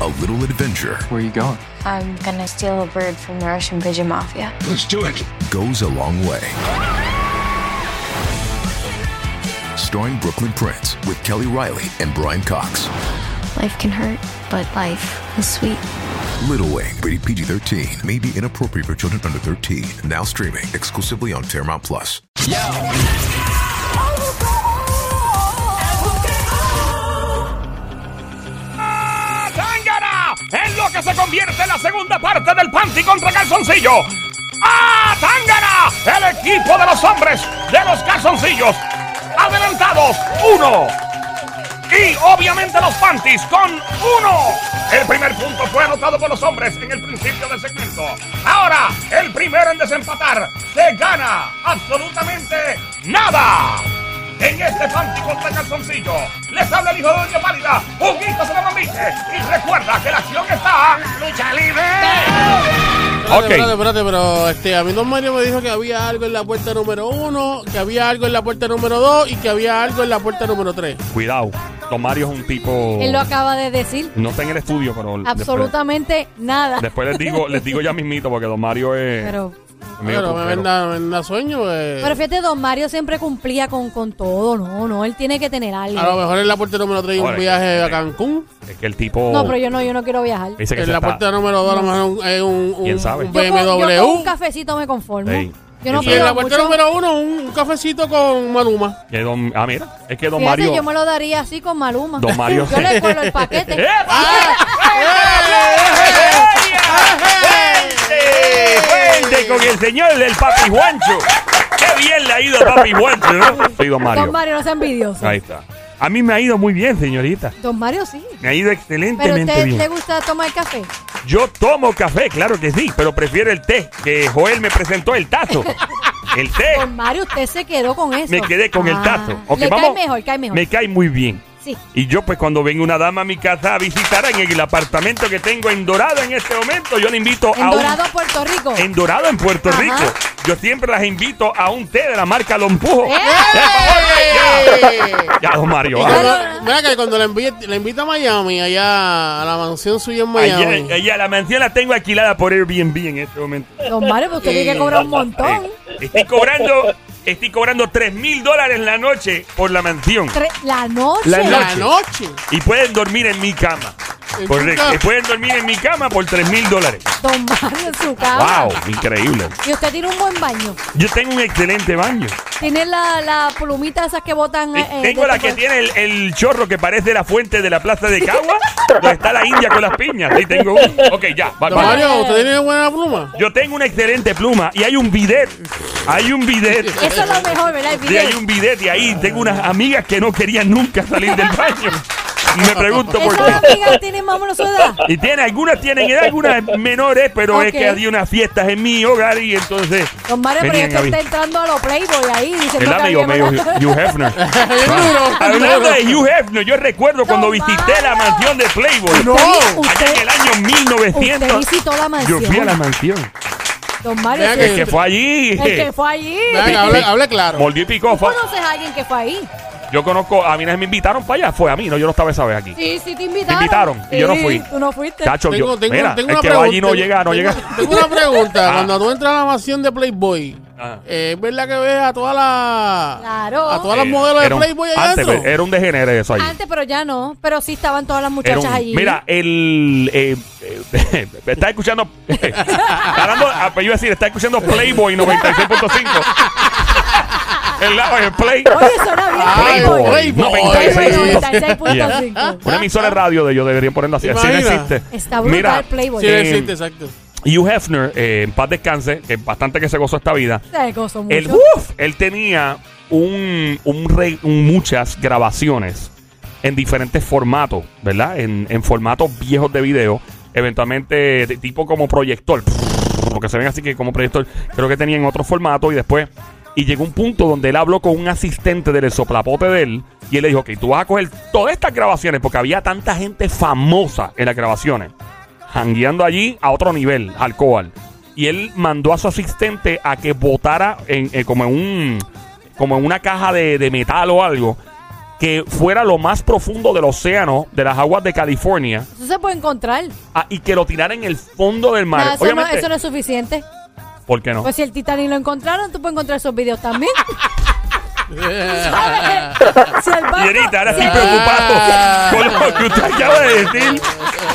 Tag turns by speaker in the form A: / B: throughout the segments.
A: A little adventure
B: Where are you going?
C: I'm gonna steal a bird from the Russian pigeon mafia.
D: Let's do it.
A: goes a long way. Starring Brooklyn Prince with Kelly Riley and Brian Cox.
E: Life can hurt, but life is sweet.
A: Little Wing, rated PG 13, may be inappropriate for children under 13. Now streaming exclusively on Paramount Plus.
F: ¡Tangana! En lo que se convierte en la segunda parte del panty contra calzoncillo. ¡Ah, Tangana! El equipo de los hombres de los calzoncillos. Adelantados, uno. Y obviamente los panties con uno. El primer punto fue anotado por los hombres en el principio del segmento. Ahora, el primero en desempatar se gana absolutamente nada. En este panty contra calzoncillo les habla el hijo de Doña Pálida, Juguito se la mambiche. Y recuerda que la acción está. ¡Lucha libre!
G: Espérate, espérate, espérate, pero este, a mí Don Mario me dijo que había algo en la puerta número uno, que había algo en la puerta número dos y que había algo en la puerta número tres.
F: Cuidado, Don Mario es un tipo.
H: Él lo acaba de decir.
F: No está en el estudio, pero. después-
H: Absolutamente nada.
F: Después, les digo les digo ya mismito, porque Don Mario es.
H: Pero,
F: medio
G: Pero me
F: trujero.
G: venda, me venda sueño. eh.
H: pero fíjate, don Mario siempre cumplía con, con todo. No, no, él tiene que tener algo.
F: Ah,
G: a lo mejor en la puerta número tres hay un
F: Ahora,
G: viaje
F: eh,
G: a Cancún.
F: Es que el tipo.
H: No, pero yo no, yo no quiero viajar.
F: Dice que
G: En
F: se
G: la
F: está-
G: puerta número dos a lo mejor hay un, un,
F: ¿Quién sabe?
G: un
H: Yo con- yo
G: BMW.
H: con un cafecito me conformo.
F: Ey.
H: Yo no
G: y en
H: pido
G: la puerta
H: mucho.
G: número uno un, un cafecito con Maluma.
F: que don- ah, mira, es que Don
H: Fíjate,
F: Mario.
H: yo me lo daría así con Maluma.
F: Don Mario. Eh,
H: Yo le cuelo el paquete.
F: Fuente con el señor del Papi Juancho. Qué bien le ha ido al Papi Juancho, ¿no? Soy Don Mario.
H: Don Mario, no sea envidioso.
F: Ahí está. A mí me ha ido muy bien, señorita.
H: Don Mario sí.
F: Me ha ido
H: Pero
F: excelentemente
H: usted
F: bien.
H: le gusta tomar café.
F: Yo tomo café, claro que sí, pero prefiero el té, que Joel me presentó el tazo. El té,
H: Don Mario, usted se quedó con eso.
F: Eh. me quedé con el
H: Ah.
F: tazo. Ok,
H: le
F: vamos.
H: cae mejor, cae mejor.
F: Me cae muy bien.
H: Sí.
F: Y yo, pues, cuando venga una dama a mi casa a visitar en el apartamento que tengo en Dorado en este momento, yo le invito
H: En
F: a un-
H: Dorado, Puerto Rico.
F: en Dorado, en Puerto
H: Ajá.
F: Rico. Yo siempre las invito a un té de la marca Lompujo.
H: ¡Eh!
F: Ya, don Mario.
G: Y
F: va.
G: cuando- Mira que cuando la invita, la invita a Miami, allá a la mansión suya en Miami.
F: Allá, allá, la mansión la tengo alquilada por Airbnb en este momento.
H: Don Mario, pues usted tiene que cobrar un montón.
F: Eh, estoy cobrando, estoy cobrando 3 mil dólares la noche por la mansión.
H: Tres- la noche.
F: La noche.
G: La noche.
F: Y pueden dormir en mi cama.
G: En
F: Correcto.
G: tu cama.
F: Y pueden dormir en mi cama por 3 mil dólares.
H: Don Mario en su casa.
F: Wow, increíble.
H: Y usted tiene un buen baño.
F: Yo tengo un excelente baño.
H: Tiene la, la plumita esas que botan. eh, eh,
F: Tengo
H: de
F: la
H: este-
F: que tiene el, el chorro que parece la fuente de la plaza de Cagua, donde está la India con las piñas. Ahí tengo uno. Ok, ya. va-
G: Don
F: va.
G: Mario, ¿usted tiene buena pluma?
F: Yo tengo una excelente pluma y hay un bidet. Hay un bidet.
H: Eso es lo mejor, ¿verdad? El
F: Y
H: video.
F: hay un bidet y ahí tengo unas amigas que no querían nunca salir del baño. Y me pregunto por
H: Esas
F: qué.
H: amigas tienen más o menos su edad.
F: Y tiene, algunas tienen edad, algunas menores, pero es
H: Ok.
F: que había unas fiestas en mi hogar y entonces.
H: Don Mario, pero
F: venían
H: esto
F: a
H: está
F: vi-
H: entrando a los Playboy ahí. Diciendo
F: el
H: que
F: amigo
H: había
F: mío,
H: mandado-
F: Hugh Hefner.
G: Es duro, es
F: Hablando
G: duro.
F: de Hugh Hefner, yo recuerdo cuando visité la mansión de Playboy.
G: No.
F: Allá en el año
H: Usted
F: 1900.
H: visitó la
F: Yo
H: mansión.
F: fui a la mansión.
H: Don Mario,
G: Vea
H: sí.
F: El que fue allí.
H: el que fue allí.
G: Venga, hable, hable claro.
F: Mordió y picó.
H: ¿Tú
F: fue-
H: conoces a alguien que fue ahí?
F: Yo conozco, a mí no me invitaron para allá, fue a mí, no, yo no estaba esa vez aquí.
H: Sí, sí, te invitaron.
F: Te invitaron, y yo no
H: Sí,
F: fui.
H: Tú no fuiste.
F: Cacho,
G: Tengo,
F: yo,
G: tengo-
F: mira,
G: tengo
F: el
G: una
F: que va
G: pregunta.
F: allí no llega, no
G: tengo,
F: llega.
G: Tengo una pregunta.
F: Ah.
G: Cuando tú entras a la mansión de Playboy,
F: Ajá.
G: eh, ¿es verdad que ves a todas las
H: Claro.
G: a todas las
F: Eh,
G: modelos de
F: era un-
G: Playboy allá
F: antes,
G: adentro? Ah,
F: Era un degenere eso allí.
H: Antes, pero ya no. Pero sí estaban todas las
F: Era
H: muchachas
F: un-
H: allí.
F: Mira, el. Eh, eh, está escuchando. está hablando, ah, pero yo iba a decir, está escuchando Playboy 96.5. el lado de Play.
H: Oye, suena bien.
G: Ay,
H: Playboy.
G: Playboy.
F: 96.5.
H: 96.5.
F: Yeah. Una emisora de radio de ellos deberían ponerlo así. Así no
G: Imagina.
F: existe.
H: Está brutal
F: Mira,
H: Playboy.
G: Sí,
F: eh,
G: existe, exacto.
F: Hugh Hefner, eh, en paz descanse, que bastante que se gozó esta vida.
H: Se gozó mucho.
F: Él, uf, él tenía un, un re- un- muchas grabaciones en diferentes formatos, ¿verdad? En, en formatos viejos de video, eventualmente de tipo como proyector, porque se ven así que como proyector, creo que tenían otro formato y después... Y llegó un punto donde él habló con un asistente del soplapote de él y él le dijo, ok, tú vas a coger todas estas grabaciones porque había tanta gente famosa en las grabaciones jangueando allí a otro nivel, al Coal. Y él mandó a su asistente a que botara en, eh, como, en un, como en una caja de, de metal o algo, que fuera lo más profundo del océano, de las aguas de California,
H: Eso se puede encontrar.
F: ah, y que lo tirara en el fondo del mar.
H: Nada, eso, no,
F: Obviamente,
H: eso no es suficiente.
F: ¿por qué no?
H: Pues si el Titanic lo encontraron, tú puedes encontrar esos videos también. ¿Sabes? si el barco-
F: Y ahorita, ahora
H: si
F: estoy
H: el-
G: Ah.
F: preocupado con lo que usted acaba de decir.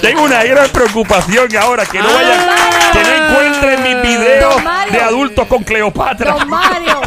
F: Tengo una gran preocupación ahora que no vaya,
G: Ah.
F: que no encuentren mis videos
H: Don Mario.
F: de adultos con Cleopatra.
H: Don Mario.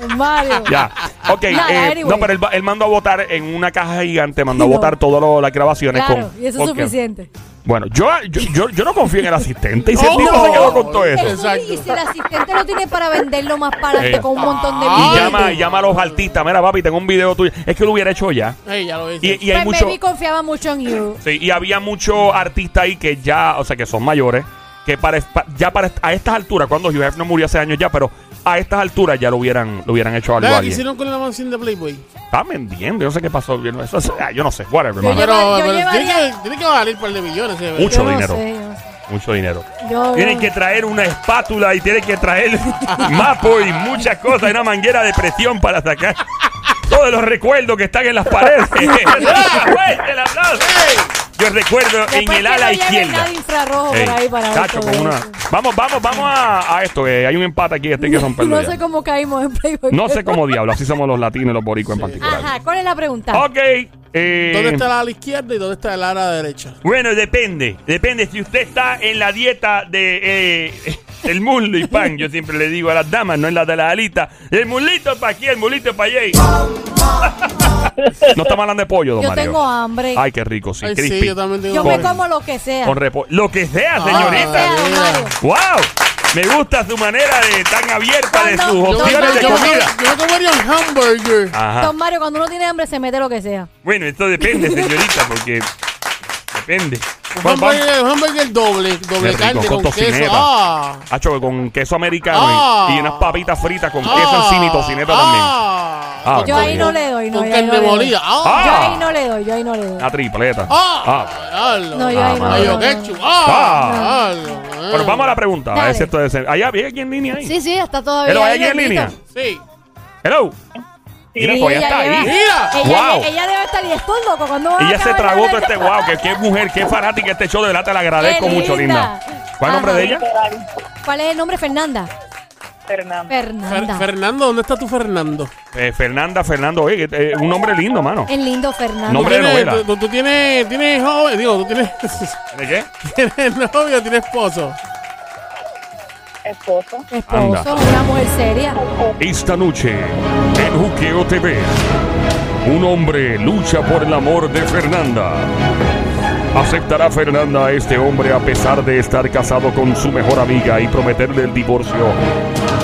H: Don Mario.
F: Ya. Ok.
H: Nada,
F: eh,
H: anyway.
F: No, pero él, va- él mandó a votar en una caja gigante, mandó
H: No.
F: a votar todas las grabaciones
H: Claro,
F: con.
H: y eso es
F: porque-
H: suficiente.
F: Bueno, yo, yo, yo, yo no confío en el asistente y si el
G: Oh,
F: tipo
G: no.
F: se quedó con todo eso.
G: Es- Exacto.
H: Y si el asistente lo tiene para venderlo más
F: Eh.
H: para adelante con un montón de
F: Y
H: videos.
F: llama, llama a los artistas. Mira, papi, tengo un video tuyo. Es que lo hubiera hecho ya.
G: Ey, ya lo hice.
F: Y, y hay
H: Pues
F: mucho.
H: Baby confiaba mucho en You.
F: Sí, y había muchos artistas ahí que ya, o sea, que son mayores, que para, pa- ya para a estas alturas, cuando Hugh Hefner murió hace años ya, pero a estas alturas ya lo hubieran, lo hubieran hecho algo
G: Dale,
F: a
G: ¿qué
F: alguien.
G: hicieron con la mansión de Playboy?
F: Está mendiendo, yo no sé qué pasó. Yo no, eso- eso- ah, yo no sé, whatever,
H: Yo
F: mano.
G: Pero,
H: llevar- yo
G: pero tiene,
H: llevaría-
G: que, tiene que valer un par de millones. ese bebé.
F: Mucho
H: Yo no
F: dinero.
H: sé, yo no sé.
F: Mucho dinero.
H: Yo-
F: Tienen que traer una espátula y tienen que traer mapo y muchas cosas, una manguera de presión para sacar todos los recuerdos que están en las paredes. ¡Ah, fuerte el aplauso! Yo recuerdo
H: Después
F: en el
H: que
F: ala
H: no lleven
F: izquierda.
H: nada de infrarrojo
F: Ey,
H: por ahí para ver
F: chacho,
H: todo
F: con una-
H: eso.
F: Vamos, vamos, vamos a, a esto. que hay un empate aquí, este hay que romperlo.
H: No
F: ya.
H: sé cóos caímos en Playboy.
F: No sé cómo diablo, así somos los latinos y los boricuas en particular.
H: Ajá, ¿cuál es la pregunta?
F: Ok. eh,
G: ¿Dónde está la ala izquierda y dónde está el ala derecha?
F: Bueno, depende. Depende. Si usted está en la dieta de eh, el muslo y pan, yo siempre le digo a las damas, no en la de la alita, el mulito para aquí, el mulito para allá. no estamos hablando de pollo, don
H: Yo
F: Mario.
H: tengo hambre.
F: Ay, qué rico, sí,
G: Ay,
F: crispy.
G: sí, yo también tengo
H: Yo me
G: hambre.
H: como lo que sea.
F: Con repo- Lo que sea,
H: Lo que sea,
F: señorita.
H: don Mario.
F: ¡Wow! Me gusta su manera de tan abierta de sus
H: Cuando-
G: Yo me,
F: opciones de
G: yo me-
F: comida. Ah,
G: yo me comería un hamburger.
F: Ajá.
H: Don Mario, cuando uno tiene hambre se mete lo que sea.
F: Bueno, esto depende, señorita, porque depende.
G: Un
F: Vamos, vamos.
G: hamburger, un hamburger doble, doble
F: Qué rico,
G: carne
F: con
G: con, queso.
F: tocineta.
G: Ah,
F: Hacho, con queso americano y-
G: Ah.
F: y, unas papitas fritas con
G: ah,
F: queso encima y tocineta también.
G: ah,
F: Ah,
H: Yo
F: muy
H: ahí
F: bien.
H: no le doy, no.
G: Con
H: yo ahí
G: carne
H: no le doy.
G: molida.
F: Ah.
G: Ah,
H: Yo ahí no le doy, yo ahí no le doy.
F: Una tripleta.
G: ah,
F: Ah.
G: diablo.
H: No, yo ahí
F: madre.
H: no.
G: Mayo
H: no, no, no.
G: ketchup. Ah,
F: Ah.
G: diablo, eh.
F: Bueno, vamos a la pregunta. A ver
H: Dale.
F: si esto es... ¿Hay hay alguien en línea ahí?
H: Sí, sí, está todavía.
F: Hello, ¿hay
H: ahí,
F: alguien en
H: bendito.
F: línea?
G: eh. Sí.
F: Hello. Mira, todavía
H: ella
F: está ahí.
H: lleva-
G: Mira.
H: Ella,
F: Wow.
H: ella debe estar y esto loco cuando va a
F: Ella se
H: acabar
F: tragó
H: la
F: todo este
H: leche?
F: wow. Que qué mujer, qué fanática este show de verdad. Te la agradezco
H: Qué
F: mucho, linda.
H: linda.
F: ¿Cuál es el nombre
H: Ajá.
F: de ella?
H: ¿Cuál es el nombre Fernanda?
B: Fernando.
G: Fer-
H: Fernanda.
G: Fernando, ¿dónde está tu Fernando?
F: Eh, Fernanda, Fernando. oye, eh, un nombre lindo, mano.
H: el lindo Fernanda.
F: Nombre- Hombre de
G: ¿Tienes-
F: novela.
G: Pues, Tú, tú- tú tienes, tienes joven, digo, tú tienes,
F: ¿De qué?
G: tienes novio, tienes esposo.
B: Esposo.
H: Esposo,
F: Anda.
H: una mujer seria.
F: Esta noche, en Juqueo TV, un hombre lucha por el amor de Fernanda. ¿Aceptará Fernanda a este hombre a pesar de estar casado con su mejor amiga y prometerle el divorcio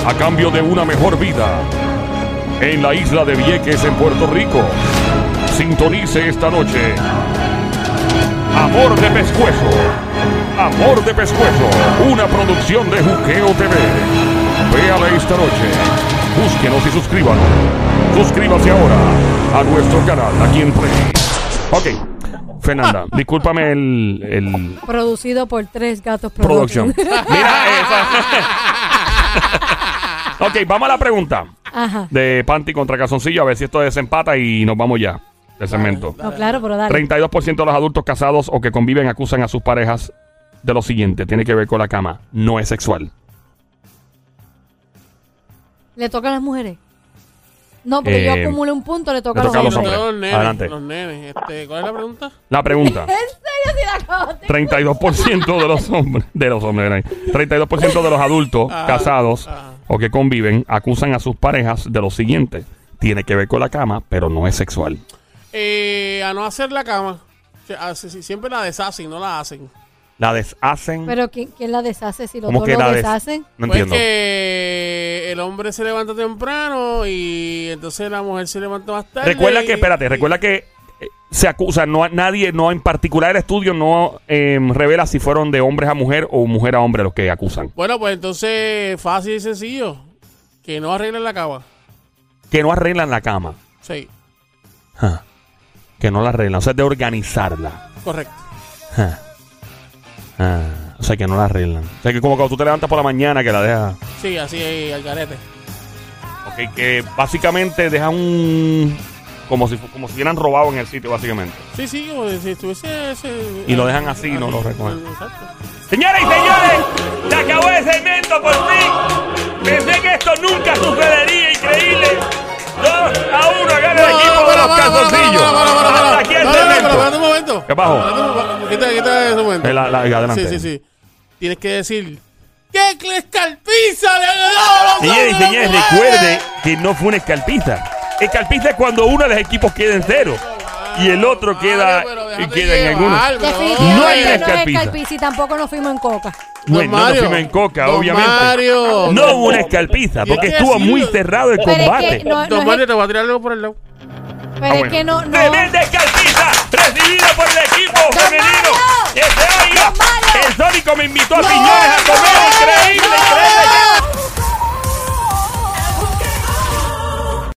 F: a cambio de una mejor vida? En la isla de Vieques, en Puerto Rico. Sintonice esta noche. Amor de Pescuezo. Amor de Pescuezo. Una producción de Juqueo TV. Véala esta noche. Búsquenos y suscríbanos. Suscríbase ahora a nuestro canal aquí en Play. Ok. Fernanda, discúlpame el, el-
H: Producido por tres gatos
F: producción. Mira esa. ok, vamos a la pregunta
H: Ajá.
F: de Panty contra Calzoncillo. A ver si esto desempata y nos vamos ya. De segmento.
H: No, claro, pero dale.
F: 32% de los adultos casados o que conviven acusan a sus parejas de lo siguiente. Tiene que ver con la cama. No es sexual.
H: Le toca a las mujeres. No, porque yo
F: Eh,
H: acumulé un punto, le toca
F: le toca
H: a los
F: a los
H: hombres.
F: hombres.
G: Los nenes,
F: Adelante.
G: Los nenes. Este, ¿Cuál es la pregunta?
F: La pregunta.
H: ¿En serio si la acabaste?
F: 32% de los hombres, de los hombres, eran ahí. 32% de los adultos
G: Ah,
F: casados o que conviven acusan a sus parejas de lo siguiente. Tiene que ver con la cama, pero no es sexual.
G: Eh, a no hacer la cama. O sea, a- si- si- Siempre la deshacen, no la hacen.
F: La deshacen.
H: Pero ¿quién, quién la deshace? Si los
F: ¿Cómo
H: dos
F: que
H: lo
F: la des-
H: deshacen.
F: No
G: Pues
F: entiendo.
G: que el hombre se levanta temprano y entonces la mujer se levanta más tarde.
F: Recuerda
G: y-
F: que, espérate, recuerda que eh, se acusa, no a- nadie, no en particular el estudio no eh, revela si fueron de hombres a mujer o mujer a hombre los que acusan.
G: Bueno, pues entonces, fácil y sencillo. Que no arreglen la cama.
F: Que no arreglan la cama,
G: Sí,
F: Ja. que no la arreglan, o sea, de organizarla.
G: correcto.
F: Ja. Ah, O sea, que no la arreglan. O sea, que como cuando tú te levantas por la mañana que la dejas...
G: Sí, así es, al garete.
F: Ok, que básicamente dejan un... Como si, como si hubieran robado en el sitio, básicamente.
G: Sí, sí, como si estuviese... ese- eh,
F: Y lo dejan así, no lo recogen.
G: Exacto.
F: Señoras y señores, se acabó el segmento por fin. Pensé que esto nunca sucedería, increíble. 2 a 1 gana el
G: No,
F: equipo de los
G: para, para, para,
F: calzoncillos.
G: para, para, para, para.
F: Hasta aquí el
G: No, no, no, pero espérate
F: segmento.
G: un momento.
F: ¿Qué pasó?
G: Espérate un momento. Quita- quita ese momento.
F: Eh, la- la- adelante.
G: Sí, sí, sí. Tienes que decir... ¡Que Calpiza le ganó a los
F: Señores y
G: hombres
F: señores,
G: locales!
F: recuerde que no fue un escalpista. Escalpista es cuando uno de los equipos queda en cero y el otro
G: Vale,
F: queda,
G: pero
F: y
G: déjate
F: queda en
G: llevar,
F: alguno.
G: bro.
H: Definitivamente
F: No hay una
H: no es
F: escalpiza.
H: escalpiza y tampoco nos fuimos en coca.
G: Don
F: Bueno, no
G: Mario,
F: fuimos en coca,
G: Don
F: obviamente.
G: Mario.
F: No hubo una escalpista
G: Tienes
F: porque
G: que
F: estuvo
G: decirlo.
F: muy cerrado el
H: Pero es que
F: combate.
H: no-
G: Don
H: es-
G: Mario, te voy a tirar algo por el lado.
H: Pero
F: Ah,
H: es
F: bueno.
H: que no, no.
F: Tremenda escalpiza recibida por el equipo femenino.
H: Mario!
F: Que se oiga.
H: Don Mario!
F: El Sónico me invitó a piñones a comer.
H: no,
F: Increíble.